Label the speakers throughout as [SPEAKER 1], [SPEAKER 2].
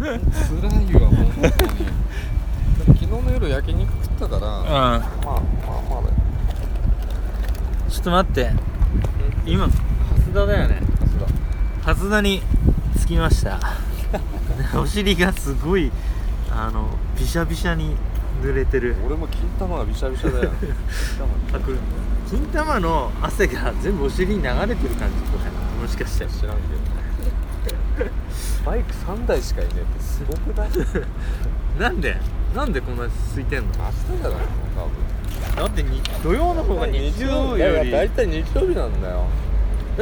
[SPEAKER 1] 辛いわ本当に昨日の夜焼肉食ったから
[SPEAKER 2] うん
[SPEAKER 1] まあまあまあだよ
[SPEAKER 2] ちょっと待って今蓮田だよね
[SPEAKER 1] さすが
[SPEAKER 2] 蓮田に着きました お尻がすごいあのびしゃびしゃに濡れてる
[SPEAKER 1] 俺も金玉がびしゃびしゃだよ金玉
[SPEAKER 2] あこれ金玉の汗が全部お尻に流れてる感じこれもしかしたら
[SPEAKER 1] 知らんけどバイク3台しかいねえってすごくない明日じ
[SPEAKER 2] なんでなんでこんな空いてんの
[SPEAKER 1] ゃないの多分
[SPEAKER 2] だってに土曜の方が日曜より
[SPEAKER 1] だい
[SPEAKER 2] だ
[SPEAKER 1] たい日曜日なんだよ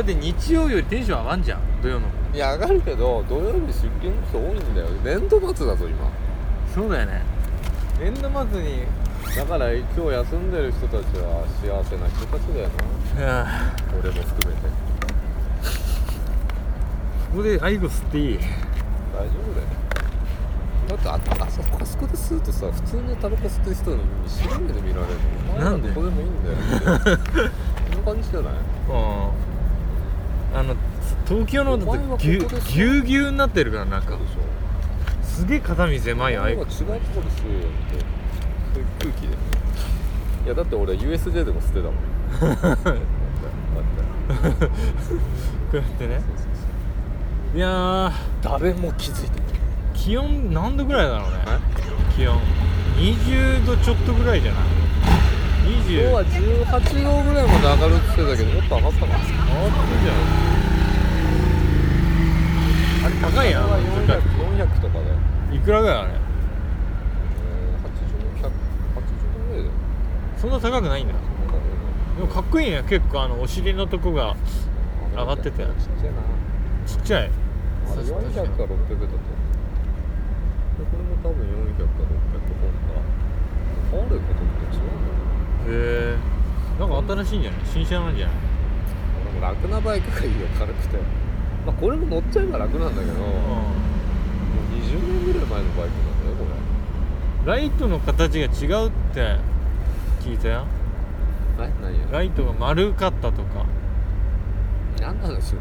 [SPEAKER 2] って日曜よりテンション上がんじゃん土曜の方
[SPEAKER 1] いや上がるけど土曜日出勤の人多いんだよ年度末だぞ今
[SPEAKER 2] そうだよね
[SPEAKER 1] 年度末にだから今日休んでる人たちは幸せな人たちだよな
[SPEAKER 2] うん
[SPEAKER 1] 俺も含めて
[SPEAKER 2] ここでアイゴ吸っていい
[SPEAKER 1] 大丈夫だよだってああそこあそこで吸うとさ普通のタバコ吸ってる人の耳白い目で見られるのお前ら
[SPEAKER 2] なんで
[SPEAKER 1] どこでもいい んだよってこんな感じじゃない
[SPEAKER 2] うんあの東京の
[SPEAKER 1] お
[SPEAKER 2] だ
[SPEAKER 1] 前は
[SPEAKER 2] っ
[SPEAKER 1] ここ
[SPEAKER 2] てぎゅ
[SPEAKER 1] ですか
[SPEAKER 2] ぎゅうぎゅうになってるから中
[SPEAKER 1] そうでしょ
[SPEAKER 2] すげえ肩身
[SPEAKER 1] お
[SPEAKER 2] 狭
[SPEAKER 1] 前
[SPEAKER 2] いよ
[SPEAKER 1] は
[SPEAKER 2] ア
[SPEAKER 1] 違
[SPEAKER 2] イ
[SPEAKER 1] う
[SPEAKER 2] ゴ
[SPEAKER 1] とこで吸うよってそういう空気でいやだって俺は USJ でも吸ってたも んだってだって
[SPEAKER 2] こう
[SPEAKER 1] そうそ
[SPEAKER 2] やってね
[SPEAKER 1] うそう
[SPEAKER 2] いやー
[SPEAKER 1] 誰も気づいてない
[SPEAKER 2] 気温何度ぐらいだろうね気温20度ちょっとぐらいじゃない
[SPEAKER 1] 今日
[SPEAKER 2] 20
[SPEAKER 1] は18度ぐらいまで上がるって言ってたけどもっと上がったかな
[SPEAKER 2] あじゃんあれ高いやん
[SPEAKER 1] これは400 400とかで、
[SPEAKER 2] いくらぐらいあれ
[SPEAKER 1] えー、8 0 1 8 0ぐらいだよ
[SPEAKER 2] そんな高くないんだでもかっこいいね結構あのお尻のとこが上がってたよ
[SPEAKER 1] ちっちゃいな
[SPEAKER 2] ちっちゃい
[SPEAKER 1] あれ400か600だと思うでこれも多分400か600本かあることって違うんだよね
[SPEAKER 2] へえなんか新しいんじゃない新車なんじゃない
[SPEAKER 1] でも楽なバイクがいいよ軽くてまあこれも乗っちゃえば楽なんだけど、もう20年ぐらい前のバイクなんだよこれ
[SPEAKER 2] ライトの形が違うって聞いたよ
[SPEAKER 1] はい何や
[SPEAKER 2] ライトが丸かったとか
[SPEAKER 1] 何の話
[SPEAKER 2] い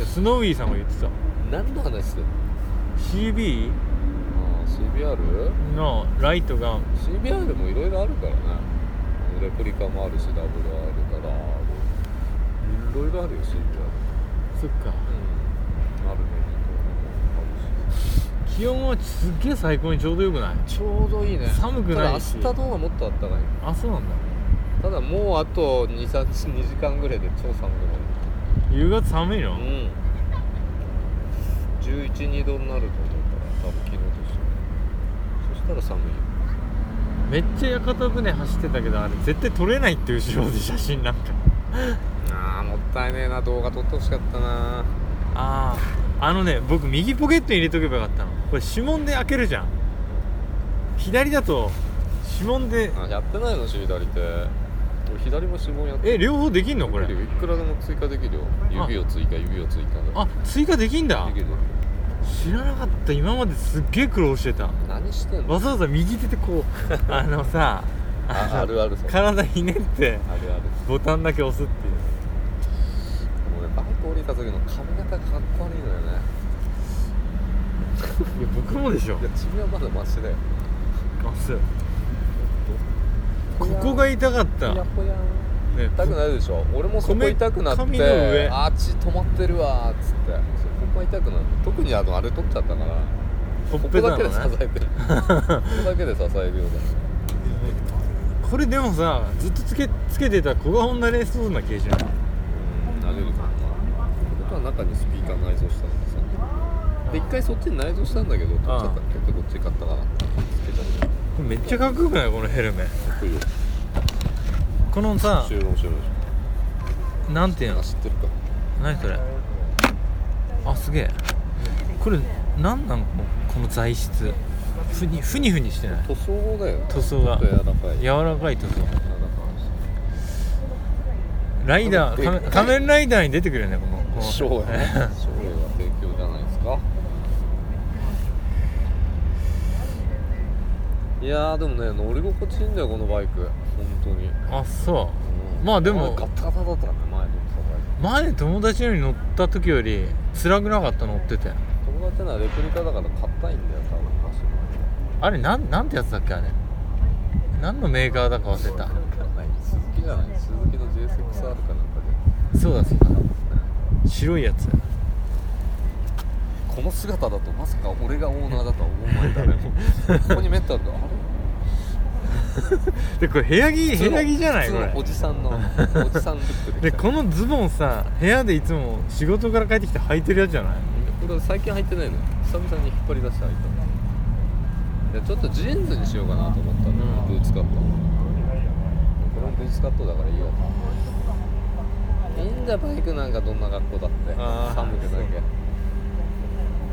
[SPEAKER 2] やスノーウィーさんが言ってた
[SPEAKER 1] 何の話してんの
[SPEAKER 2] CB
[SPEAKER 1] あー
[SPEAKER 2] のライトが
[SPEAKER 1] CBR?CBR もいろいろあるからねレプリカもあるしダブルあるからいろいろあるよ CBR
[SPEAKER 2] そっか
[SPEAKER 1] うんあるね
[SPEAKER 2] 気温はすっげえ最高にちょうどよくない
[SPEAKER 1] ちょうどいいね
[SPEAKER 2] 寒くないした
[SPEAKER 1] だ明日の方がもっとあったかい
[SPEAKER 2] あそうなんだ
[SPEAKER 1] ただもうあと2 3 2時間ぐらいで超寒く
[SPEAKER 2] 夕方寒いの
[SPEAKER 1] なるうん112度になると思うから多分昨日と一緒そしたら寒いよ
[SPEAKER 2] めっちゃ屋形船走ってたけどあれ絶対撮れないって後ろで写真なんか
[SPEAKER 1] ああもったいねえな動画撮ってほしかったな
[SPEAKER 2] あああのね僕右ポケットに入れとけばよかったのこれ指紋で開けるじゃん左だと指紋で
[SPEAKER 1] あやってないの左手俺左も指紋やって
[SPEAKER 2] え両方できんのこれ
[SPEAKER 1] できるよいくらでも追加できるよ
[SPEAKER 2] あ
[SPEAKER 1] 指を追加指を追加で
[SPEAKER 2] あ追加できんだ
[SPEAKER 1] できるよ
[SPEAKER 2] 知らなかった今まですっげえ苦労してた
[SPEAKER 1] 何してんの
[SPEAKER 2] わざわざ右手でこ うあのさ
[SPEAKER 1] あ
[SPEAKER 2] の
[SPEAKER 1] あるあるそれある
[SPEAKER 2] 体ひねって
[SPEAKER 1] ある
[SPEAKER 2] ボタンだけ押すっていう
[SPEAKER 1] 俺バイク降りた時の髪型かっこ悪いのよね
[SPEAKER 2] いや僕もでしょ
[SPEAKER 1] いや君はまだマシだよ
[SPEAKER 2] あそうここが痛かった、
[SPEAKER 1] ほ
[SPEAKER 2] ね
[SPEAKER 1] や、ほや痛くないでしょ俺もそこ
[SPEAKER 2] 米
[SPEAKER 1] 痛くなって
[SPEAKER 2] 髪の上
[SPEAKER 1] あっち止まってるわーっつってそうここが痛くなる特にあのあれ取っちゃったから
[SPEAKER 2] ほ
[SPEAKER 1] ここ
[SPEAKER 2] っぺた
[SPEAKER 1] だけ
[SPEAKER 2] の
[SPEAKER 1] で支
[SPEAKER 2] ね
[SPEAKER 1] えてるここだけで支えるようだ
[SPEAKER 2] これでもさずっとつけつけてた子がホンダレースそうな気がしない
[SPEAKER 1] うん慣れるかな僕は中にスピーカー内蔵したんでさで一回そっちに内蔵したんだけど取っちゃった
[SPEAKER 2] うん
[SPEAKER 1] 取ってこっち買ったからつけちゃったか
[SPEAKER 2] めっちゃかっこよくないこのヘルメ
[SPEAKER 1] っこいいよ
[SPEAKER 2] このさ
[SPEAKER 1] 後ろ後ろ後
[SPEAKER 2] なんていう
[SPEAKER 1] ろ
[SPEAKER 2] の
[SPEAKER 1] 知ってるか
[SPEAKER 2] 何それあすげえこれ何なのこの材質ふにふにふにしてない
[SPEAKER 1] 塗装だよ
[SPEAKER 2] 塗装が
[SPEAKER 1] ちょっと柔らかい
[SPEAKER 2] 柔らかい塗装
[SPEAKER 1] 柔らか
[SPEAKER 2] ライダー仮面仮面ライダーに出てくるよねこのこ
[SPEAKER 1] い
[SPEAKER 2] の
[SPEAKER 1] しそうやねそうは提供じゃないですかいやーでもね乗り心地いいんだよこのバイク本当に、
[SPEAKER 2] あそ
[SPEAKER 1] うん
[SPEAKER 2] まあでも
[SPEAKER 1] 前ガタガタだったね前の草バイク
[SPEAKER 2] う前友達のに乗った時より辛くなかった乗ってて
[SPEAKER 1] 友友達のはレプリカだから硬いんだよ多分昔の
[SPEAKER 2] あれなんなんてやつだっけあれ何のメーカーだか忘れた
[SPEAKER 1] はい鈴木じゃない鈴木の JSXR かなんか
[SPEAKER 2] そうだそうだ白いやつ
[SPEAKER 1] でこの姿だとまさか俺がオーナーだとは思わないだろ うここにメットあるとあれ
[SPEAKER 2] でこれ部屋 着部屋着じゃない
[SPEAKER 1] 普
[SPEAKER 2] こ
[SPEAKER 1] 通の
[SPEAKER 2] れ
[SPEAKER 1] おじさん のおじさんルック
[SPEAKER 2] で
[SPEAKER 1] で来た
[SPEAKER 2] このズボンさ部屋でいつも仕事から帰ってきて履いてるやつじゃない
[SPEAKER 1] これ最近履いてないの久々に引っ張り出して履いたいやちょっとジーンズにしようかなと思ったの、
[SPEAKER 2] うん
[SPEAKER 1] ブーツカットこれもブーツカットだからいいよいいんだバイクなんかどんな格好だって
[SPEAKER 2] あー
[SPEAKER 1] 寒くなきゃ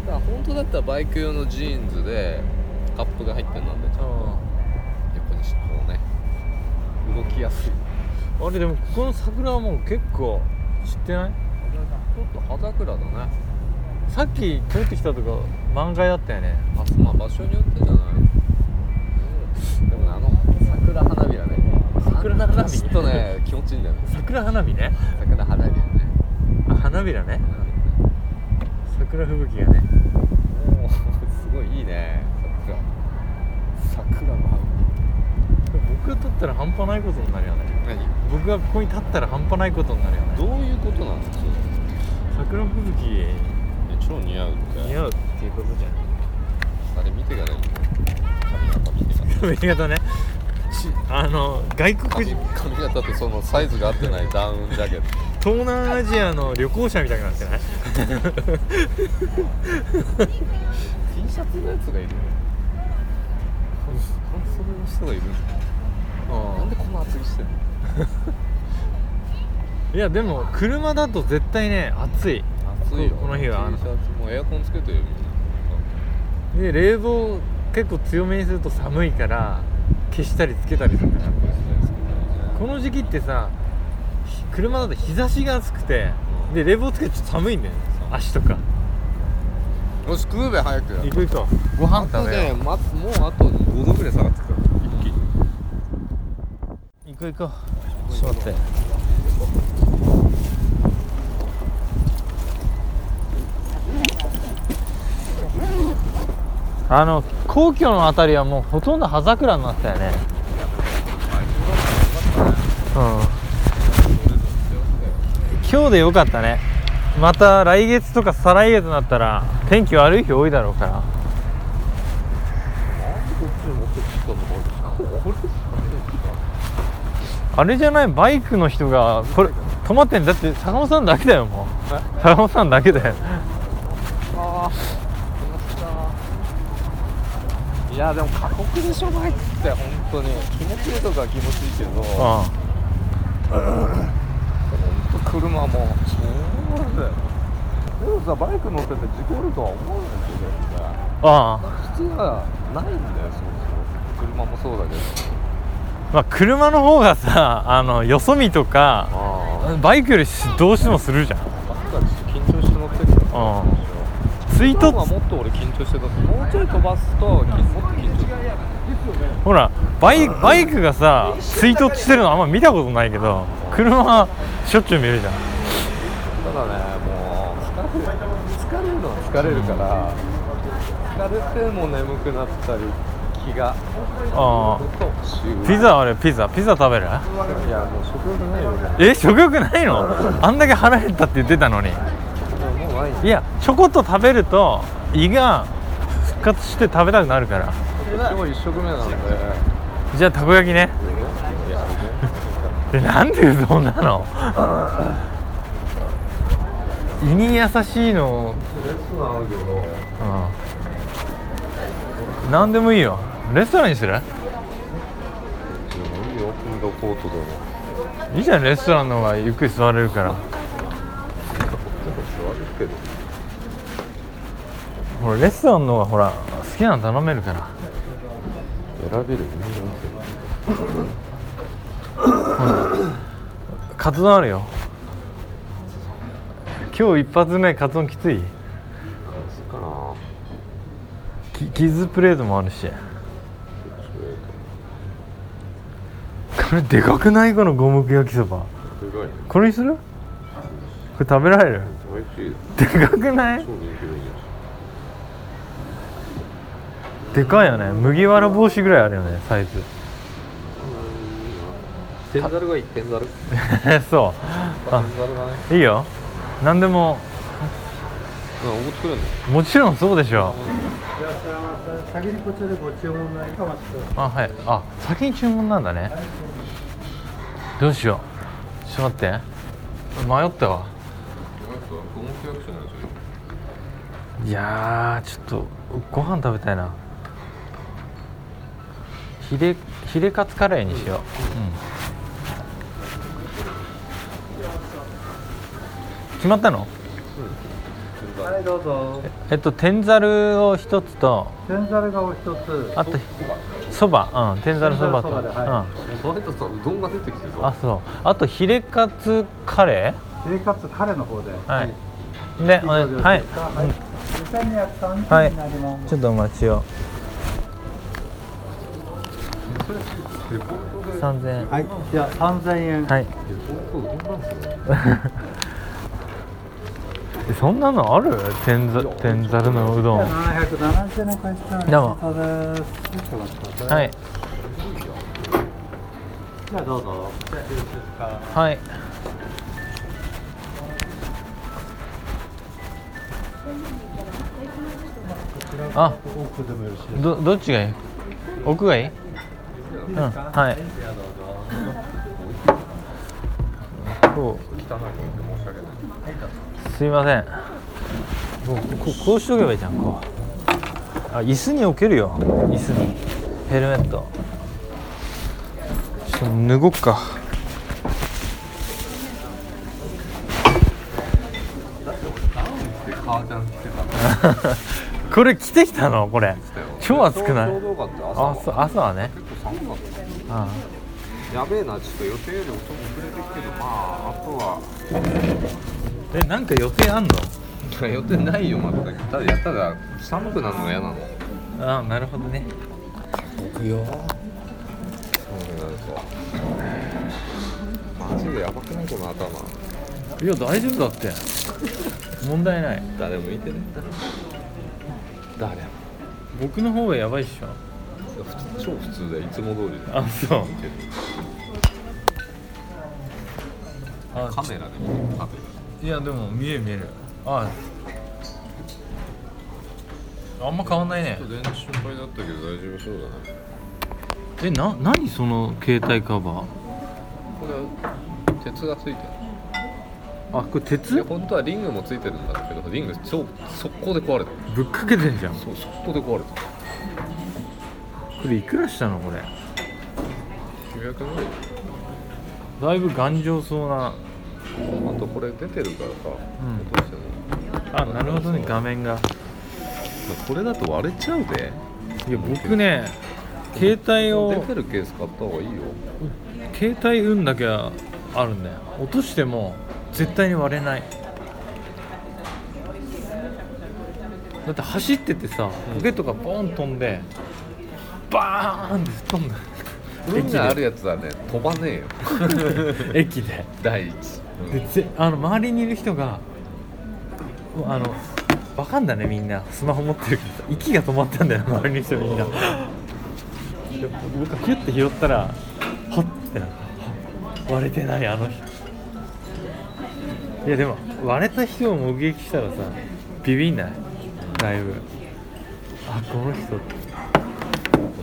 [SPEAKER 1] だから本当だったらバイク用のジーンズでカップが入ってるなんでちゃんと横にしてこうね動きやすい
[SPEAKER 2] あれでもここの桜はもう結構知ってない
[SPEAKER 1] ちょっと葉桜だね
[SPEAKER 2] さっき通ってきたとこ満開だったよね
[SPEAKER 1] あまあ場所によってじゃないでもねあの桜花火はね
[SPEAKER 2] 桜花火
[SPEAKER 1] ちょっとね気持ちいいんだよね
[SPEAKER 2] 桜花火ね
[SPEAKER 1] 桜花火はね
[SPEAKER 2] あ花びらね桜吹雪がね
[SPEAKER 1] もうすごいいいね桜桜の花
[SPEAKER 2] 僕が立ったら半端ないことになるよね
[SPEAKER 1] 火何
[SPEAKER 2] 僕がここに立ったら半端ないことになるよね
[SPEAKER 1] どういうことなんですか
[SPEAKER 2] 桜吹雪
[SPEAKER 1] 超似合うって
[SPEAKER 2] 似合うっていうことじゃん
[SPEAKER 1] あれ見てからいいよ髪型見 てから
[SPEAKER 2] 髪型ねちあの外国
[SPEAKER 1] 髪
[SPEAKER 2] 人
[SPEAKER 1] 髪型とそのサイズが合ってないダウンジャケット
[SPEAKER 2] 東南アジアの旅行者みたいになってない
[SPEAKER 1] T シャツのやつがいるよ半袖の人がいるなんでこんな厚着してんの
[SPEAKER 2] いやでも車だと絶対ね暑い
[SPEAKER 1] 暑いよ
[SPEAKER 2] ここの日は
[SPEAKER 1] T シャツもうエアコンつけてるよみ
[SPEAKER 2] で冷房結構強めにすると寒いから消したりつけたりするか
[SPEAKER 1] んな
[SPEAKER 2] ら
[SPEAKER 1] なんか
[SPEAKER 2] この時期ってさひ車だと日差しが暑くて
[SPEAKER 1] うん
[SPEAKER 2] で冷房つけるとちょっと寒いんだよね
[SPEAKER 1] 寒い
[SPEAKER 2] 足とか
[SPEAKER 1] よし食うべ早く
[SPEAKER 2] 行く行こうご飯
[SPEAKER 1] あ
[SPEAKER 2] 食
[SPEAKER 1] と
[SPEAKER 2] べ
[SPEAKER 1] ね
[SPEAKER 2] よ
[SPEAKER 1] まもうあと5度ぐらい下がってきた一気に
[SPEAKER 2] う行こう行こうちょっと待ってあの皇居の辺りはもうほとんど葉桜になったよねうん今日でよかったねまた来月とか再来月になったら天気悪い日多いだろうから
[SPEAKER 1] なんでこっちに持ってきたのかこれこれしかねえんだ
[SPEAKER 2] あれじゃないバイクの人がこれ止まってんだって坂本さんだけだよもう坂本さんだけだよ
[SPEAKER 1] あいやでも過酷でしょバイクって本当に気持ちいいとかは気持ちいいけど本
[SPEAKER 2] う
[SPEAKER 1] 当車もそうなんだよでもさバイク乗ってて事故るとは思わないけどさ
[SPEAKER 2] んああ
[SPEAKER 1] 普通はないんだよそうそう車もそうだけど
[SPEAKER 2] まあ車の方がさあのよそ見とか
[SPEAKER 1] あ
[SPEAKER 2] バイクよりしどうしてもするじゃん
[SPEAKER 1] あバスがちょっと緊張して乗ってるから
[SPEAKER 2] あ
[SPEAKER 1] 追
[SPEAKER 2] 追
[SPEAKER 1] 突は
[SPEAKER 2] 突
[SPEAKER 1] もっと俺緊張してたと思うもうちょい飛ばすともっと緊張してた
[SPEAKER 2] ほらバイバイクがさ追突してるのあんま見たことないけど車はしょっちゅう見るじゃん
[SPEAKER 1] ただねもう疲れる疲れるのは疲れるから疲れても眠くなったり気が
[SPEAKER 2] ああピザあれピザピザ食べ
[SPEAKER 1] い
[SPEAKER 2] る
[SPEAKER 1] やもう食欲ないよね
[SPEAKER 2] え食欲ないのあんだけ腹減ったって言ってたのに
[SPEAKER 1] でももうないんだ
[SPEAKER 2] いやちょこっと食べると胃が復活して食べたくなるから
[SPEAKER 1] 今日一食目なんで
[SPEAKER 2] じゃあたこ焼 きね
[SPEAKER 1] いや
[SPEAKER 2] でなんでそんなの胃に優しいの、
[SPEAKER 1] レストランあるけど
[SPEAKER 2] うん、何でもいいよレストランにする
[SPEAKER 1] いいよフードコートでも
[SPEAKER 2] いいじゃんレストランの方がゆっくり座れるから
[SPEAKER 1] ちょっと座るけど
[SPEAKER 2] ほらレストランの方がほら好きなの頼めるから
[SPEAKER 1] 選べる
[SPEAKER 2] カツ丼あるよ今日一発目カツ丼きつい
[SPEAKER 1] かな
[SPEAKER 2] きキッズプレートもあるしこれでかくないこの五目焼きそば
[SPEAKER 1] すごいね
[SPEAKER 2] これにするこれ食べられる
[SPEAKER 1] 美味しい
[SPEAKER 2] でかくない
[SPEAKER 1] 超人気メニュー
[SPEAKER 2] でかいよね麦わら帽子ぐらいあるよねサイズ
[SPEAKER 1] ペンザルがいいペンザルペ
[SPEAKER 2] そ
[SPEAKER 1] ンザルがね
[SPEAKER 2] ういいよ何でも
[SPEAKER 1] うんおごってくれるの
[SPEAKER 2] もちろんそうでしょ
[SPEAKER 3] 先にこちらでご注文ないかもしれない。
[SPEAKER 2] あはいあ先に注文なんだねどうしようちょっと待って迷ったわいやーちょっとご飯食べたいなヒレヒレカツカレーにしよう、うん決まったの
[SPEAKER 3] はい、どうぞ。
[SPEAKER 2] えっと天ざるを一つと
[SPEAKER 3] 天ざるがお一つ。
[SPEAKER 2] あとそばうん天ざるそばと、
[SPEAKER 3] 天ざるそばでは
[SPEAKER 1] それとさうどんが出てきて
[SPEAKER 2] うん、あ
[SPEAKER 1] さ
[SPEAKER 2] そうあとヒレカツカレ
[SPEAKER 3] 生活彼の方で。
[SPEAKER 2] ーはい、でお願いはい、
[SPEAKER 3] はい。2230
[SPEAKER 2] はい
[SPEAKER 3] になります。
[SPEAKER 2] ちょっとお待ちを3000円
[SPEAKER 3] はい、じゃあ3000円。
[SPEAKER 2] はい。 えそんなのある天ざ天ざるのうどん。は
[SPEAKER 3] 770円の会社
[SPEAKER 2] どうも
[SPEAKER 3] です。ちょっと待ってください。
[SPEAKER 2] い
[SPEAKER 3] じゃあどうぞ。じゃあよろしいですか。
[SPEAKER 2] はい。あ
[SPEAKER 3] 奥でもよろしいです
[SPEAKER 2] どどっちがいい？奥がいい？うんはい。こう
[SPEAKER 1] 汚いのって申し訳ない
[SPEAKER 2] すいませんもうここうしとけばいいじゃんこうあ椅子に置けるよ椅子にヘルメットちょっと脱ごっか
[SPEAKER 1] で革ジャン着てたの
[SPEAKER 2] これ着てきたのこれ
[SPEAKER 1] だよ
[SPEAKER 2] 超暑くない
[SPEAKER 1] ちょうどよかったよ朝
[SPEAKER 2] あ
[SPEAKER 1] は
[SPEAKER 2] そう朝はね
[SPEAKER 1] 結構寒かったよ
[SPEAKER 2] あ
[SPEAKER 1] やべえなちょっと予定より遅遅れてきてるまああとは
[SPEAKER 2] えなんか予定あんの
[SPEAKER 1] いや予定ないよ全くただやったら寒くなるのが嫌なの
[SPEAKER 2] あなるほどね行くよ
[SPEAKER 1] マジでやばくないこの頭
[SPEAKER 2] いや大丈夫だって問題ない
[SPEAKER 1] 誰も見てね誰も
[SPEAKER 2] 僕の方がやばいっしょ
[SPEAKER 1] いや普通超普通だよいつも通りだよ
[SPEAKER 2] あそう
[SPEAKER 1] 見てる
[SPEAKER 2] あ
[SPEAKER 1] カメラで見てるカメ
[SPEAKER 2] いやでも見える見えるああんま変わんないね
[SPEAKER 1] ラ電池心配だったけど大丈夫そうだね
[SPEAKER 2] えな何その携帯カバー
[SPEAKER 1] これ鉄がついてる
[SPEAKER 2] あこれ
[SPEAKER 1] いや
[SPEAKER 2] 鉄
[SPEAKER 1] 本当はリングもついてるんだけどリング超速攻で壊れた
[SPEAKER 2] ぶっかけてんじゃん
[SPEAKER 1] そう速攻で壊れた
[SPEAKER 2] これいくらしたのこれ
[SPEAKER 1] 900ぐらい
[SPEAKER 2] だいぶ頑丈そうな
[SPEAKER 1] あとこれ出てるからさ、
[SPEAKER 2] ん
[SPEAKER 1] 落としても
[SPEAKER 2] あなるほどね画面が
[SPEAKER 1] これだと割れちゃうで
[SPEAKER 2] いや僕ね携帯
[SPEAKER 1] 出
[SPEAKER 2] を
[SPEAKER 1] てるケース買った方がいいよ
[SPEAKER 2] 携帯運だけはあるんだよ落としても絶対に割れないだって走っててさポケットがボーン飛んでバーンって吹っ飛ん だ
[SPEAKER 1] 運があるやつはね飛ばねえよ
[SPEAKER 2] 駅で
[SPEAKER 1] 第一、
[SPEAKER 2] でぜあの周りにいる人がうあのわかんだねみんなスマホ持ってるけどさ息が止まったんだよ周りの人みんなで僕がヒュッて拾ったらホッてなんか割れてないあの人いやでも割れた人を目撃したらさビビんないだいぶあこの人
[SPEAKER 1] こ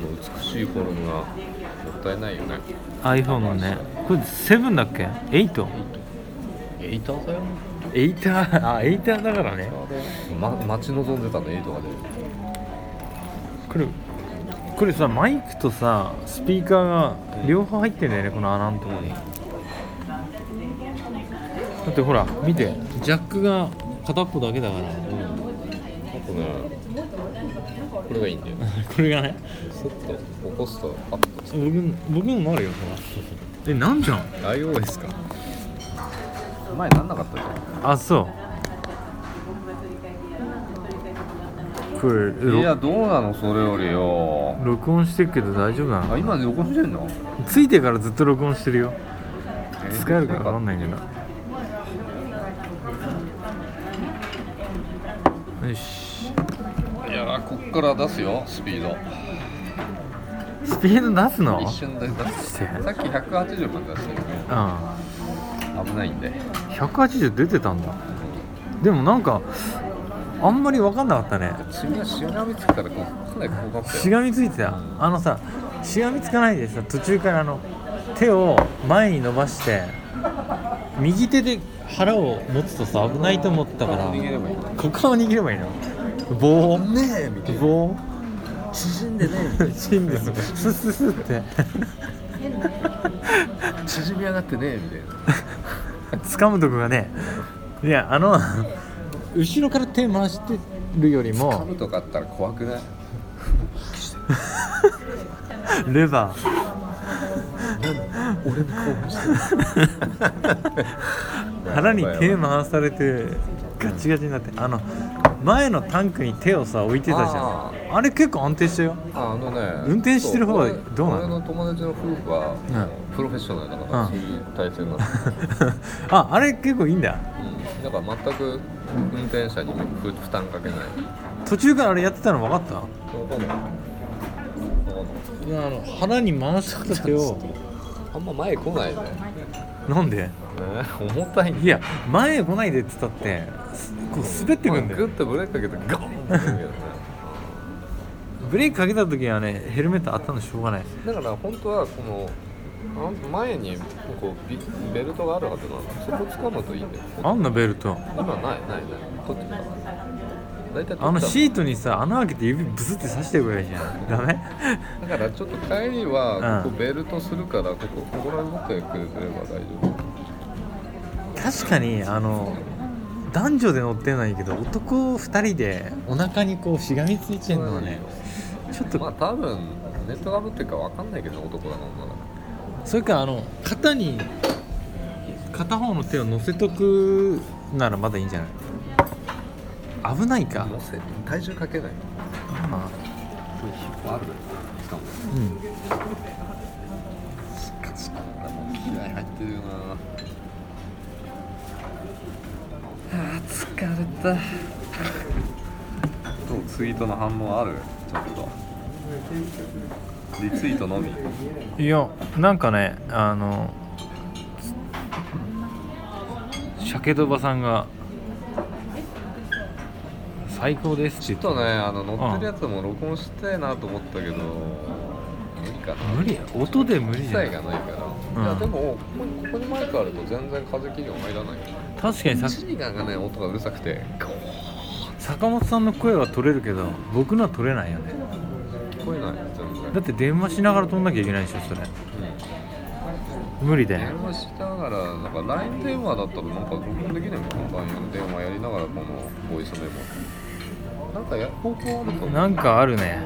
[SPEAKER 1] の美しいフォルムがもったいないよね
[SPEAKER 2] iPhone のねこれ7だっけ 8?
[SPEAKER 1] エイターだよ
[SPEAKER 2] エイターあエイターだからね
[SPEAKER 1] ま、待ち望んでたねエイトがね
[SPEAKER 2] これこれさマイクとさスピーカーが両方入ってんだよねこの穴のとこにだってほら見てジャックが片っぽだけだから
[SPEAKER 1] あとねこれがいいんだよ
[SPEAKER 2] これがね
[SPEAKER 1] スッと起こすとパッと
[SPEAKER 2] 僕の僕のもあるよほらえなんじゃん
[SPEAKER 1] iOS か前なんなかったじゃん
[SPEAKER 2] あそうこれ
[SPEAKER 1] いや
[SPEAKER 2] ろ
[SPEAKER 1] どうなのそれよりよ
[SPEAKER 2] 録音してるけど大丈夫な
[SPEAKER 1] あ
[SPEAKER 2] の
[SPEAKER 1] 今横してんの
[SPEAKER 2] ついてからずっと録音してるよ使えるか分かん
[SPEAKER 1] な
[SPEAKER 2] ないけどよし
[SPEAKER 1] いいやーこっから出すよスピード
[SPEAKER 2] スピード出すの
[SPEAKER 1] 一瞬で出すさっき180まで出したよね
[SPEAKER 2] うん
[SPEAKER 1] 危ないんで
[SPEAKER 2] 180出てたんだでもなんかあんまり分かんなかったね
[SPEAKER 1] 君はしがみつくからこうかなりこうなった
[SPEAKER 2] し
[SPEAKER 1] よ
[SPEAKER 2] がみついてたあのさしがみつかないでさ途中からあの手を前に伸ばして右手で腹を持つとさ危ないと思ったから
[SPEAKER 1] 逃げればいいんだ
[SPEAKER 2] 股間を握ればいいの棒
[SPEAKER 1] ねえみたいな
[SPEAKER 2] 棒
[SPEAKER 1] 縮んでね
[SPEAKER 2] チンですスススって
[SPEAKER 1] え縮み上がってねえみたいな
[SPEAKER 2] 掴むとこがねいやあの後ろから手回してるよりも
[SPEAKER 1] 株とかあったら怖くない
[SPEAKER 2] レバー
[SPEAKER 1] 俺に興奮してる
[SPEAKER 2] 腹に手回されてガチガチになってあの前のタンクに手をさ置いてたじゃ
[SPEAKER 1] あ
[SPEAKER 2] んあれ結構安定したよ
[SPEAKER 1] ああのね
[SPEAKER 2] 運転してる方は
[SPEAKER 1] そ
[SPEAKER 2] どうなの
[SPEAKER 1] 俺の友達の夫婦は、
[SPEAKER 2] う
[SPEAKER 1] プロフェッショナルだから、
[SPEAKER 2] うん
[SPEAKER 1] そういう体制なの、うん、だ
[SPEAKER 2] ああれ結構いいんだよ
[SPEAKER 1] から全く運転者に負負担かけない
[SPEAKER 2] 途中からあれやってたの分かった
[SPEAKER 1] 分かんない分かんない
[SPEAKER 2] いやあの腹に回してた手を
[SPEAKER 1] あんま前来ないね
[SPEAKER 2] なんで
[SPEAKER 1] 重たい
[SPEAKER 2] いや前へ来ないでって言ったってすこう滑ってくんだ
[SPEAKER 1] グ
[SPEAKER 2] よ
[SPEAKER 1] ッとブレーキかけてガーンってくるけどね
[SPEAKER 2] ブレーキかけた時はねヘルメットあったのしょうがない
[SPEAKER 1] だから本当はこのあの前にこうビベルトがあるはずなのそこ掴むといいんだよ
[SPEAKER 2] あんなベルト
[SPEAKER 1] 今ないないない取ってた大体取った
[SPEAKER 2] あのシートにさ穴開けて指ブスって刺してくればいいじゃんダメ
[SPEAKER 1] だからちょっと帰りはここベルトするからここここら辺持ってくれてれば大丈夫
[SPEAKER 2] 確かにあの男女で乗ってないけど男2人でお腹にこうしがみついてんのはねちょっ
[SPEAKER 1] ま
[SPEAKER 2] と
[SPEAKER 1] あ多分ネットがぶってるかわかんないけど男だか女だか
[SPEAKER 2] それかあの肩に片方の手を乗せとくならまだいいんじゃない危ないか、
[SPEAKER 1] 乗せ体重かけない
[SPEAKER 2] まあ
[SPEAKER 1] あるしかも
[SPEAKER 2] うん、
[SPEAKER 1] 気合入ってるよなあ疲れたどうツイートの反応あるちょっとリツイートのみ
[SPEAKER 2] いやなんかねあの鮭とばさんが「最高です」って言
[SPEAKER 1] ちょっとねあの乗ってるやつも録音したいなと思ったけど無理かな
[SPEAKER 2] 無理や音で無理
[SPEAKER 1] 機
[SPEAKER 2] じゃな
[SPEAKER 1] 材
[SPEAKER 2] い
[SPEAKER 1] がないから、
[SPEAKER 2] うん
[SPEAKER 1] いやでもここにここにマイクあると全然風切り音入らない
[SPEAKER 2] 確かにさ
[SPEAKER 1] シーガンがね音がうるさくて
[SPEAKER 2] 坂本さんの声は取れるけど僕のは取れないよね
[SPEAKER 1] 聞こえない全然、
[SPEAKER 2] だって電話しながら取んなきゃいけないでしょそれ
[SPEAKER 1] うん
[SPEAKER 2] 無理だよ
[SPEAKER 1] 電話しながらなんか LINE 電話だったらなんか録音できないのかな LINE の電話やりながらこのボイスメモなんかや方法あると思う
[SPEAKER 2] なんかあるね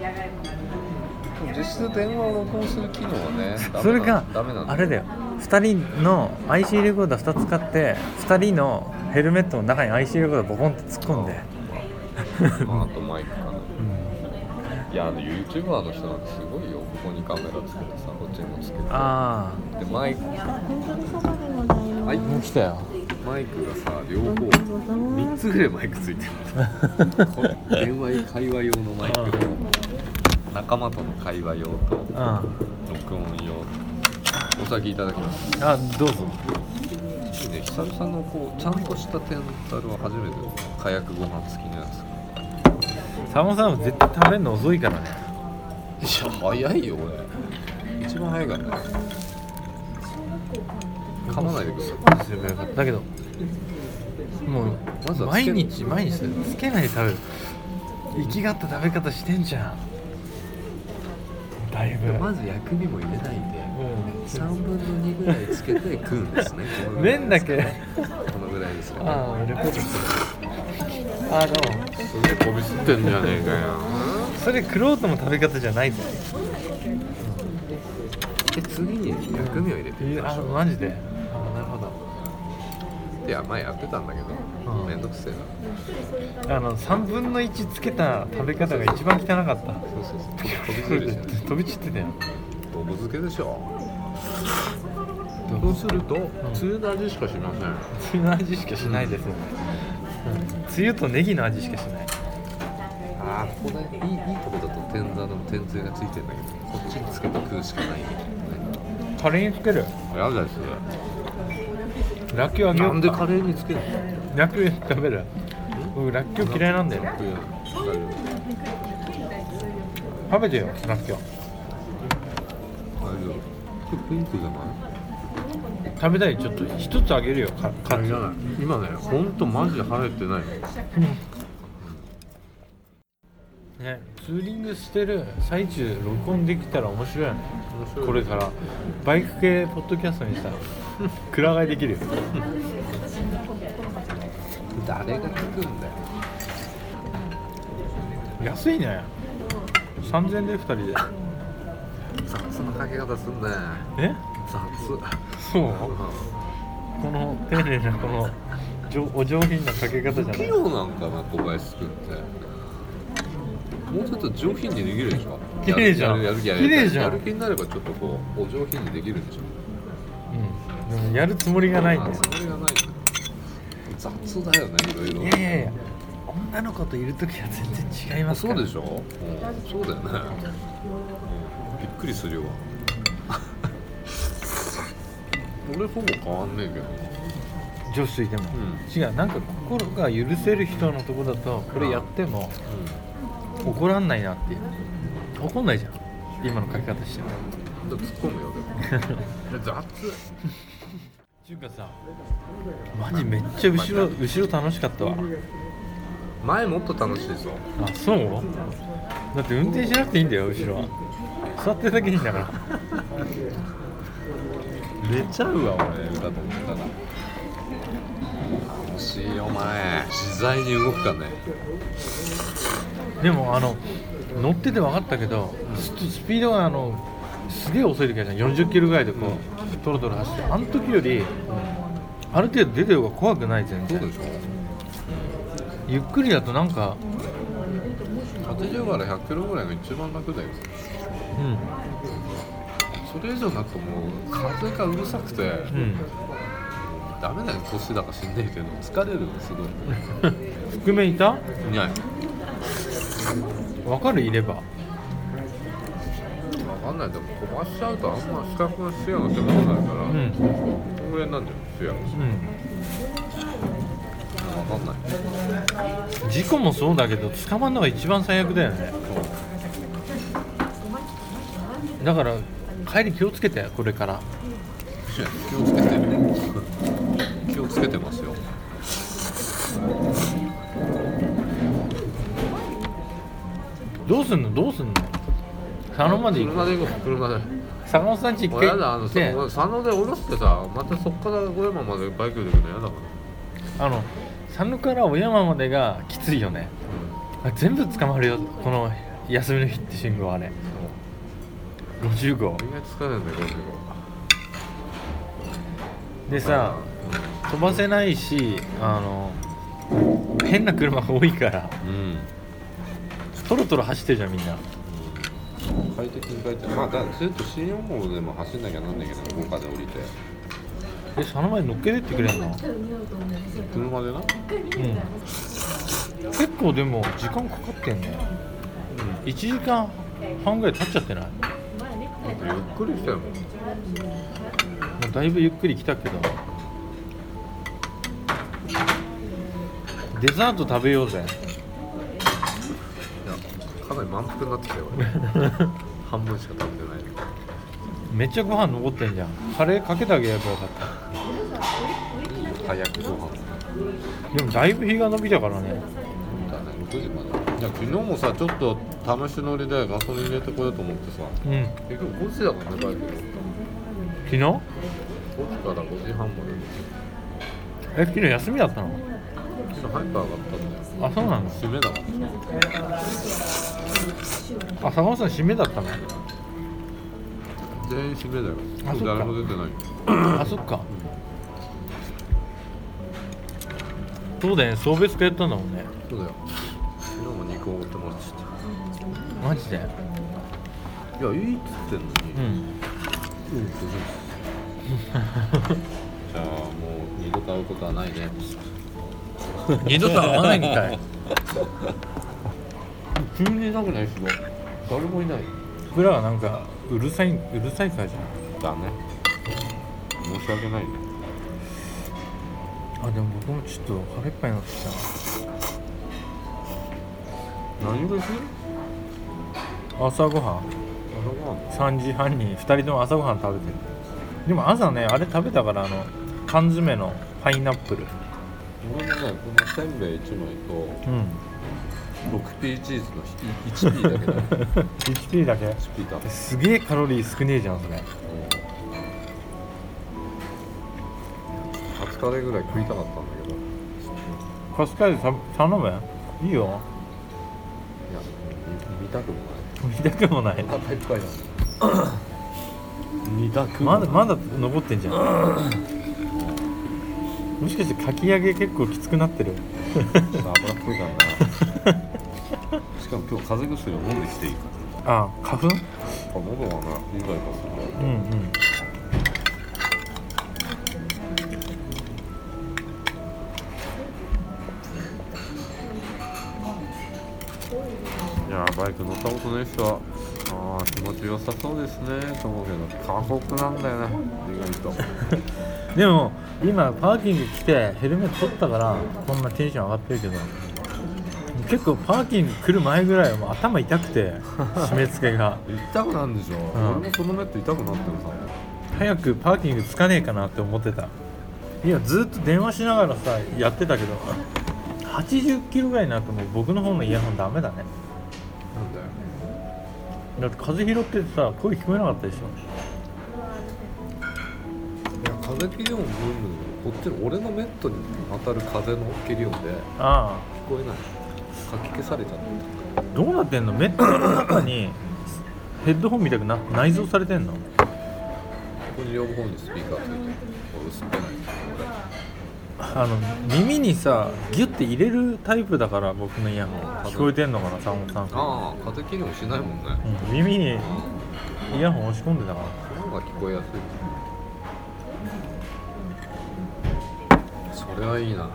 [SPEAKER 1] でも実質電話を録音する機能はねダメな
[SPEAKER 2] それが
[SPEAKER 1] ダメなん
[SPEAKER 2] あれだよ2人の IC レコーダー2つ買って2人のヘルメットの中に IC レコーダーボコンって突っ込んで、
[SPEAKER 1] まああとマイクかないやあの YouTuber の人なんてすごいよここにカメラつけてさこっちにもつけて
[SPEAKER 2] あ
[SPEAKER 1] でマイク
[SPEAKER 4] は
[SPEAKER 1] はい
[SPEAKER 2] あもう来たよ
[SPEAKER 1] マイクがさ両方3つぐらいマイクついてるこれ電話会話用のマイクと仲間との会話用と
[SPEAKER 2] うんあ
[SPEAKER 1] 録音用お先いただきます
[SPEAKER 2] どうぞ
[SPEAKER 1] いいね久々のこうちゃんとした天たるは初めて火薬ご飯付きのや
[SPEAKER 2] 坂本さんは絶対食べるの遅いからね
[SPEAKER 1] ついや早いよ俺一番早いからね噛まないでください
[SPEAKER 2] だけども
[SPEAKER 1] まず
[SPEAKER 2] う
[SPEAKER 1] はつけ
[SPEAKER 2] 毎
[SPEAKER 1] る
[SPEAKER 2] 日毎日だよつけないで食べる生きがった食べ方してんじゃんだいぶ
[SPEAKER 1] まず薬味も入れないんで
[SPEAKER 2] う
[SPEAKER 1] 3分の2ぐらいつけて食うんです ねこの
[SPEAKER 2] ん
[SPEAKER 1] ぐらい
[SPEAKER 2] 麺だけ
[SPEAKER 1] このぐらいですかね
[SPEAKER 2] ああレポ ートあどうも
[SPEAKER 1] すげえこびすってんじゃねえかよ
[SPEAKER 2] それクロートの食べ方じゃないぞ
[SPEAKER 1] で次に薬味を入れてみましょう
[SPEAKER 2] マジであなるほど
[SPEAKER 1] いや前やってたんだけど
[SPEAKER 2] うん
[SPEAKER 1] めんどくせえな
[SPEAKER 2] あの3分の1つけた食べ方が一番汚かった
[SPEAKER 1] そうそうそうこびするじゃん
[SPEAKER 2] 飛び散ってたよ
[SPEAKER 1] どぶ漬けでしょそうするとつゆの味しかしません
[SPEAKER 2] 梅雨の味しかしないです、うん梅雨とネギの味しかしない
[SPEAKER 1] あやーここねいいいいとこだと天座でも天つゆがついてんだけどこっちにつけて食うしかないみたいなね
[SPEAKER 2] カレーにつける
[SPEAKER 1] やだですね
[SPEAKER 2] ラッキョウあげよう
[SPEAKER 1] なんでカレーにつけるの
[SPEAKER 2] ラッキョウ食べる僕ラッキョウ嫌いなんだよね
[SPEAKER 1] いやわかるよ
[SPEAKER 2] 食べてよラッキョウ
[SPEAKER 1] 大丈夫ピンクじゃない
[SPEAKER 2] 食べたいちょっと一つあげるよかカツ
[SPEAKER 1] ない今ねほんとマジで晴れてない
[SPEAKER 2] ねツーリングしてる最中録音できたら面白いよねこれからバイク系ポッドキャストに したらくら替えできるよ
[SPEAKER 1] 誰が聞くんだよ
[SPEAKER 2] 安いね3000で2人で
[SPEAKER 1] 雑なかけ方すんね
[SPEAKER 2] え
[SPEAKER 1] 雑
[SPEAKER 2] そうこの丁寧なこのじょお上品なかけ方じゃな
[SPEAKER 1] 器
[SPEAKER 2] い
[SPEAKER 1] 用なんかな小林くんってもうちょっと上品にできるでしょ
[SPEAKER 2] 綺麗じゃん
[SPEAKER 1] やるやる
[SPEAKER 2] 綺
[SPEAKER 1] やるや
[SPEAKER 2] 麗
[SPEAKER 1] る
[SPEAKER 2] じゃん
[SPEAKER 1] やる気になればちょっとこうお上品にできるでしょ
[SPEAKER 2] うんでもやるつもりがないんだよ
[SPEAKER 1] あそれがないね雑だよねいろ
[SPEAKER 2] い
[SPEAKER 1] い
[SPEAKER 2] や
[SPEAKER 1] ろ
[SPEAKER 2] いやいや女の子といる時は全然違いますか
[SPEAKER 1] そ
[SPEAKER 2] ら
[SPEAKER 1] うでしょ、うん、そうだよね、うんびっくりするよ 俺ほぼ変わんねえけど
[SPEAKER 2] 女子いても、
[SPEAKER 1] う
[SPEAKER 2] 違うなんか心が許せる人のとこだとこれやっても怒らんないなっていう怒んないじゃん今の書き方しても
[SPEAKER 1] うん、突っ込むよ でも雑
[SPEAKER 2] ちゅうかさマジめっちゃ後ろ後ろ楽しかったわ
[SPEAKER 1] 前もっと楽しいぞ
[SPEAKER 2] あそうだって運転しなくていいんだよ後ろは座ってるだけでいいんだから
[SPEAKER 1] 寝ちゃうわ俺だと思ったら楽しいよお前自在に動くかね
[SPEAKER 2] でもあの乗ってて分かったけど、ススピードがあのすげえ遅い時あるじゃん40キロぐらいでこう、トロトロ走ってあの時より、ある程度出てる方が怖くない全
[SPEAKER 1] そう
[SPEAKER 2] 然
[SPEAKER 1] でしょ
[SPEAKER 2] ゆっくりだとなんか
[SPEAKER 1] 80から100キロぐらいが一番楽だよ
[SPEAKER 2] うん
[SPEAKER 1] それ以上なくもう風がうるさくて、
[SPEAKER 2] うん
[SPEAKER 1] ダメだよ年だか死んねえけど疲れるのすごい
[SPEAKER 2] 覆面いた
[SPEAKER 1] いない
[SPEAKER 2] 分かるいれば
[SPEAKER 1] わかんないでも飛ばしちゃうとあんま視覚の視野が狭くなるから、う
[SPEAKER 2] う
[SPEAKER 1] ん、
[SPEAKER 2] うんん
[SPEAKER 1] これなんだよ視野がわかんない
[SPEAKER 2] 事故もそうだけど捕まるのが一番最悪だよねだから帰り気をつけてこれから
[SPEAKER 1] いや気をつけてる気をつけてますよ
[SPEAKER 2] どうすんのどうすんの佐野まで行く
[SPEAKER 1] 車で行こう車で
[SPEAKER 2] 坂本さんち一
[SPEAKER 1] も
[SPEAKER 2] 回
[SPEAKER 1] うやだあ
[SPEAKER 2] 行
[SPEAKER 1] の
[SPEAKER 2] っ
[SPEAKER 1] さ
[SPEAKER 2] て
[SPEAKER 1] もう佐野で降ろしてさまたそっから小山までバイクで行くのやだか
[SPEAKER 2] あの佐野から小山までがきついよねあ全部捕まるよこの休みの日って信号あれ50号
[SPEAKER 1] ら意外と疲れるんだよこの
[SPEAKER 2] でさ飛ばせないしあの変な車が多いから
[SPEAKER 1] うん
[SPEAKER 2] トロトロ走ってるじゃんみんな
[SPEAKER 1] 快適に快適まあだずっと新大号でも走んなきゃなんないけど高架で降りて
[SPEAKER 2] えその前に乗っけてってくれんの
[SPEAKER 1] 車でな
[SPEAKER 2] うん結構でも時間かかってんね1時間半ぐらい経っちゃってないも
[SPEAKER 1] ゆっくりしたよ
[SPEAKER 2] うだいぶゆっくり来たけどデザート食べようぜ
[SPEAKER 1] いやかなり満腹になってきたよ俺半分しか食べてない
[SPEAKER 2] めっちゃご飯残ってんじゃんカレーかけてあげればよかっ
[SPEAKER 1] 早くご飯
[SPEAKER 2] たでもだいぶ日が伸びたからね
[SPEAKER 1] だね6時までいや昨日もさちょっと試し乗りでガソリン入れてこようと思ってさ
[SPEAKER 2] うん
[SPEAKER 1] 結局5時だからねバイク
[SPEAKER 2] 昨日
[SPEAKER 1] 5時から5時半まで
[SPEAKER 2] え昨日休みだったの
[SPEAKER 1] 昨日早く上がったんだよ
[SPEAKER 2] あそうなの
[SPEAKER 1] 締めだから
[SPEAKER 2] あ坂本さん締めだったの
[SPEAKER 1] 全員締めだよ
[SPEAKER 2] あそっか
[SPEAKER 1] 誰も出てないよ
[SPEAKER 2] あそっかそうだよね送別会やったんだもんね
[SPEAKER 1] そうだよ昨日も2個おごってもらっちゃっ
[SPEAKER 2] マジで
[SPEAKER 1] たいやいいっつってんのに
[SPEAKER 2] うん
[SPEAKER 1] うん、すごい。じゃあもう二度と会うことはないね。
[SPEAKER 2] 二度と会わないみたい
[SPEAKER 1] 急にいなくない人が誰もいない
[SPEAKER 2] 僕らはなんかうるさいうるさいからじ
[SPEAKER 1] だね申し訳ないね
[SPEAKER 2] ゃんあでも僕もちょっと腹いっぱいになってき
[SPEAKER 1] 何がする
[SPEAKER 2] たな朝ごはん
[SPEAKER 1] 朝ごはん
[SPEAKER 2] 3時半に2人とも朝ごはん食べてるでも朝ねあれ食べたからあの缶詰のパイナップル
[SPEAKER 1] 俺もねこのせんべい1枚と
[SPEAKER 2] うん
[SPEAKER 1] 6P チーズのひ 1P だけだね
[SPEAKER 2] 1P だけ
[SPEAKER 1] 1P だ
[SPEAKER 2] すげえカロリー少ねえじゃんそれ
[SPEAKER 1] カツカレーぐらい食いたかったんだけどい
[SPEAKER 2] カスカイでさ頼むいいよ
[SPEAKER 1] や見見たくもな
[SPEAKER 2] 見たくもない
[SPEAKER 1] いお腹いっぱいなんだ見たく
[SPEAKER 2] まだ
[SPEAKER 1] ま
[SPEAKER 2] まだ残ってんじゃんもしかしてかき揚げ結構きつくなってる
[SPEAKER 1] ちょっと脂っこいからなしかも今日風邪薬を飲んできていいか
[SPEAKER 2] あ花粉
[SPEAKER 1] らあ喉はな意外とする
[SPEAKER 2] うんうん
[SPEAKER 1] いやーバイク乗ったことない人はあー気持ちよさそうですねと思うけど過酷なんだよね意外と
[SPEAKER 2] でも今パーキング来てヘルメット取ったからこんなテンション上がってるけど結構パーキング来る前ぐらいはもう頭痛くて締め付けが
[SPEAKER 1] 痛くなんでしょ、
[SPEAKER 2] ん
[SPEAKER 1] 俺もそのネット痛くなってるさ
[SPEAKER 2] 早くパーキングつかねえかなって思ってたいやずっと電話しながらさやってたけど80キロぐらいになるともう僕の方のイヤホンダメだね
[SPEAKER 1] なんだよ
[SPEAKER 2] だって風拾っててさ声聞こえなかったでし
[SPEAKER 1] いや風切り音ブンブンこっちの俺のメットに当たる風の切り音で聞
[SPEAKER 2] ょあ
[SPEAKER 1] こえないかき消されちゃっ
[SPEAKER 2] あどうなってんのメットの中にヘッドホンみたくな内蔵されてんの
[SPEAKER 1] たここに両方にスピーカーついてる俺吸ってない
[SPEAKER 2] あの耳にさギュッて入れるタイプだから僕のイヤホン聞こえてんのかな坂本さんか、
[SPEAKER 1] ああ風切り音しないもんねなんから
[SPEAKER 2] うん、耳にイヤホン押し込んでたから
[SPEAKER 1] 聞こえやすいそれはいいな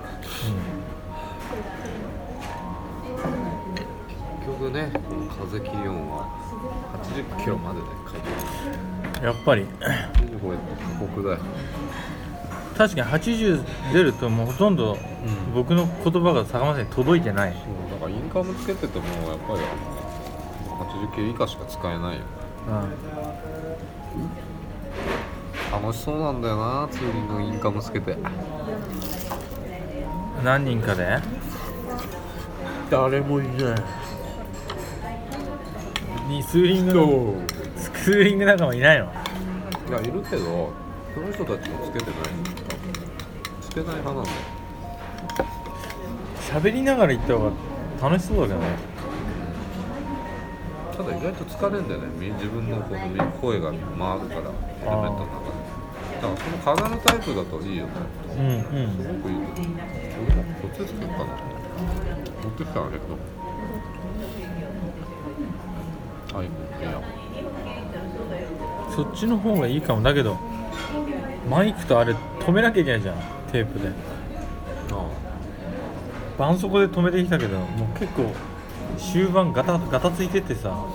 [SPEAKER 1] 結局ねこの風切り音は80キロまでで解
[SPEAKER 2] うん、やっぱり
[SPEAKER 1] 決85円って過酷だよ
[SPEAKER 2] 確かに80出るともうほとんど
[SPEAKER 1] ん
[SPEAKER 2] 僕の言葉が坂本さんに届いてない、
[SPEAKER 1] そうだからインカムつけててもやっぱりあの80キロ以下しか使えないよね
[SPEAKER 2] う
[SPEAKER 1] 楽しそうなんだよなツーリングインカムつけて
[SPEAKER 2] ん、何人かで
[SPEAKER 1] 誰もいない
[SPEAKER 2] にツーリングのツーリング仲間いないの
[SPEAKER 1] いやいるけどその人たちもつけてないつけない派なんだよ
[SPEAKER 2] 喋りながら行った方が楽しそうだけどね
[SPEAKER 1] ただ意外と疲れんだよねみ自分のこの声が回るからヘルメットの中でだからその体のタイプだといいよね
[SPEAKER 2] うん
[SPEAKER 1] すご
[SPEAKER 2] うん
[SPEAKER 1] くいいよ俺もこっちで作るかな持ってきたんだけどはいいや
[SPEAKER 2] そっちの方がいいかもだけどマイクとあれ止めなきゃいけないじゃんテープで
[SPEAKER 1] あ
[SPEAKER 2] 絆創膏で止めてきたけどもう結構終盤ガタガタついてってさ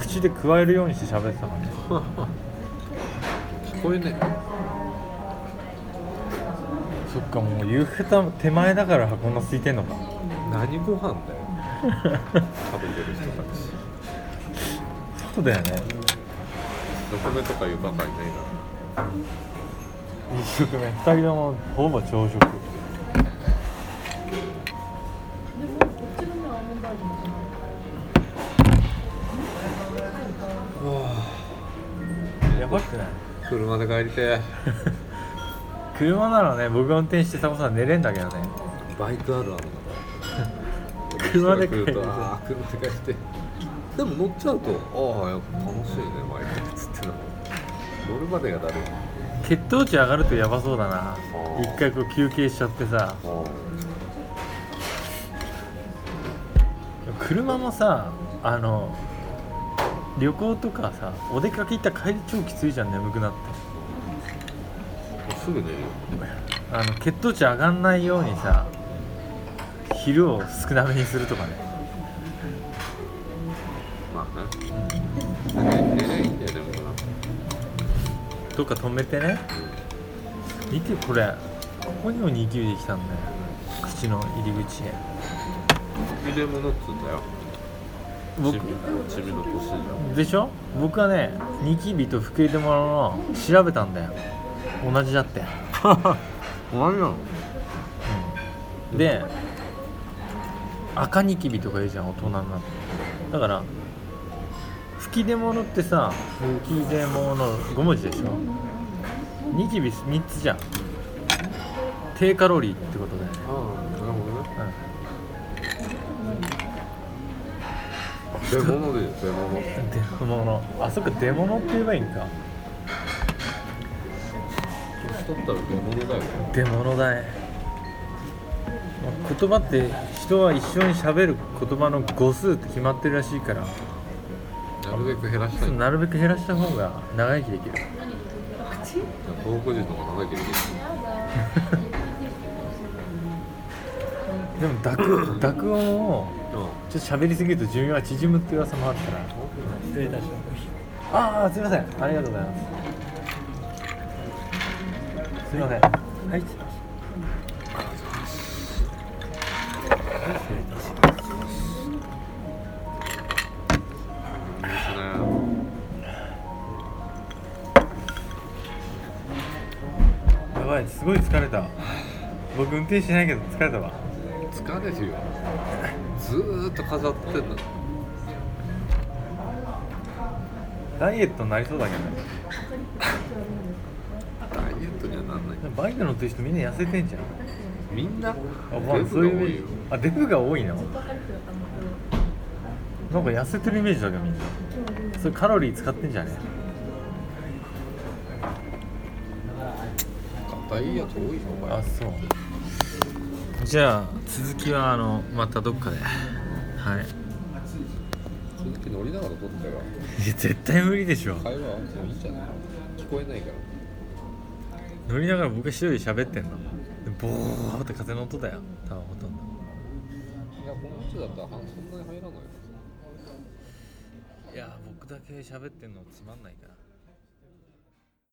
[SPEAKER 2] 口で加えるようにして喋ってたからね
[SPEAKER 1] あ聞こえね
[SPEAKER 2] そっかもう夕方手前だからこんな空いてんのか
[SPEAKER 1] 何ご飯だよ食べてる人たち
[SPEAKER 2] そうだよね
[SPEAKER 1] どこ目とかいうばかりね
[SPEAKER 2] 1食目2人ともほぼ朝食やばくない
[SPEAKER 1] えな車で帰りてえ
[SPEAKER 2] 車ならね僕が運転して佐野さん寝れんだけどね
[SPEAKER 1] バイクあるあるだから
[SPEAKER 2] 車で帰る
[SPEAKER 1] るとああ車で帰ってでも乗っちゃうとああやっぱ楽しいねバイクっつってな乗るまでがだるい
[SPEAKER 2] 血糖値上がるとやばそうだな
[SPEAKER 1] そう
[SPEAKER 2] 一回こう休憩しちゃってさ車もさあの旅行とかさお出かけ行った帰り超きついじゃん眠くなって
[SPEAKER 1] すぐ寝るよ
[SPEAKER 2] あの血糖値上がんないようにさ昼を少なめにするとかね
[SPEAKER 1] まあね寝ないんだよねもうな
[SPEAKER 2] どっか止めてね見てこれここにも2級できたんだよ口の入り口へ
[SPEAKER 1] 入れ物っつうんだよ
[SPEAKER 2] 僕
[SPEAKER 1] チビチビの年じゃん
[SPEAKER 2] でしょ僕はねニキビと福井でものを調べたんだよ同じだって
[SPEAKER 1] 何なの
[SPEAKER 2] うんで赤ニキビとか言うじゃん大人になってだから吹き出物ってさ吹き出物5文字でしょニキビ3つじゃん低カロリーってことだよね
[SPEAKER 1] ああなるほどね出物で出物
[SPEAKER 2] 出物あそっか出物って言えばいいんか
[SPEAKER 1] 年取ったら出物だよね
[SPEAKER 2] 出物だねまあ言葉って人は一緒に喋る言葉の語数って決まってるらしいから
[SPEAKER 1] なるべく減らしたい
[SPEAKER 2] なるべく減らした方が長生きできる
[SPEAKER 1] 東北人とか長生きできる
[SPEAKER 2] でも濁濁音をちょっと喋りすぎると寿命は縮むって噂もあるから失礼いたしますああすいませんありがとうございますすいませんはい失礼いたします
[SPEAKER 1] うん
[SPEAKER 2] やばいすごい疲れた僕運転しないけど疲れたわ
[SPEAKER 1] ですね疲れてるよずーっと飾ってんの
[SPEAKER 2] ダイエットになりそうだけどね
[SPEAKER 1] ダイエットにはなんない
[SPEAKER 2] でもバイク乗ってる人みんな痩せてんじゃん
[SPEAKER 1] みんな
[SPEAKER 2] あ、まあ、
[SPEAKER 1] デ
[SPEAKER 2] そ
[SPEAKER 1] ブ
[SPEAKER 2] う
[SPEAKER 1] が
[SPEAKER 2] い
[SPEAKER 1] 多
[SPEAKER 2] う
[SPEAKER 1] い
[SPEAKER 2] イメージ
[SPEAKER 1] よ
[SPEAKER 2] あデブが多いななんか痩せてるイメージだけどみんなそれカロリー使ってんじゃね
[SPEAKER 1] ダイエット多いよお前
[SPEAKER 2] あそうじゃあ続きはあのまたどっかではい
[SPEAKER 1] 鈴木乗りながら撮ったよ
[SPEAKER 2] いや絶対無理でしょ
[SPEAKER 1] 会話はもういいじゃない聞こえないから
[SPEAKER 2] 乗りながら僕一人で喋ってんのでボーって風の音だよ多分ほとん
[SPEAKER 1] い
[SPEAKER 2] ど
[SPEAKER 1] やこの人だったらそんなに入らないよ
[SPEAKER 2] いや僕だけ喋ってんのつまんないから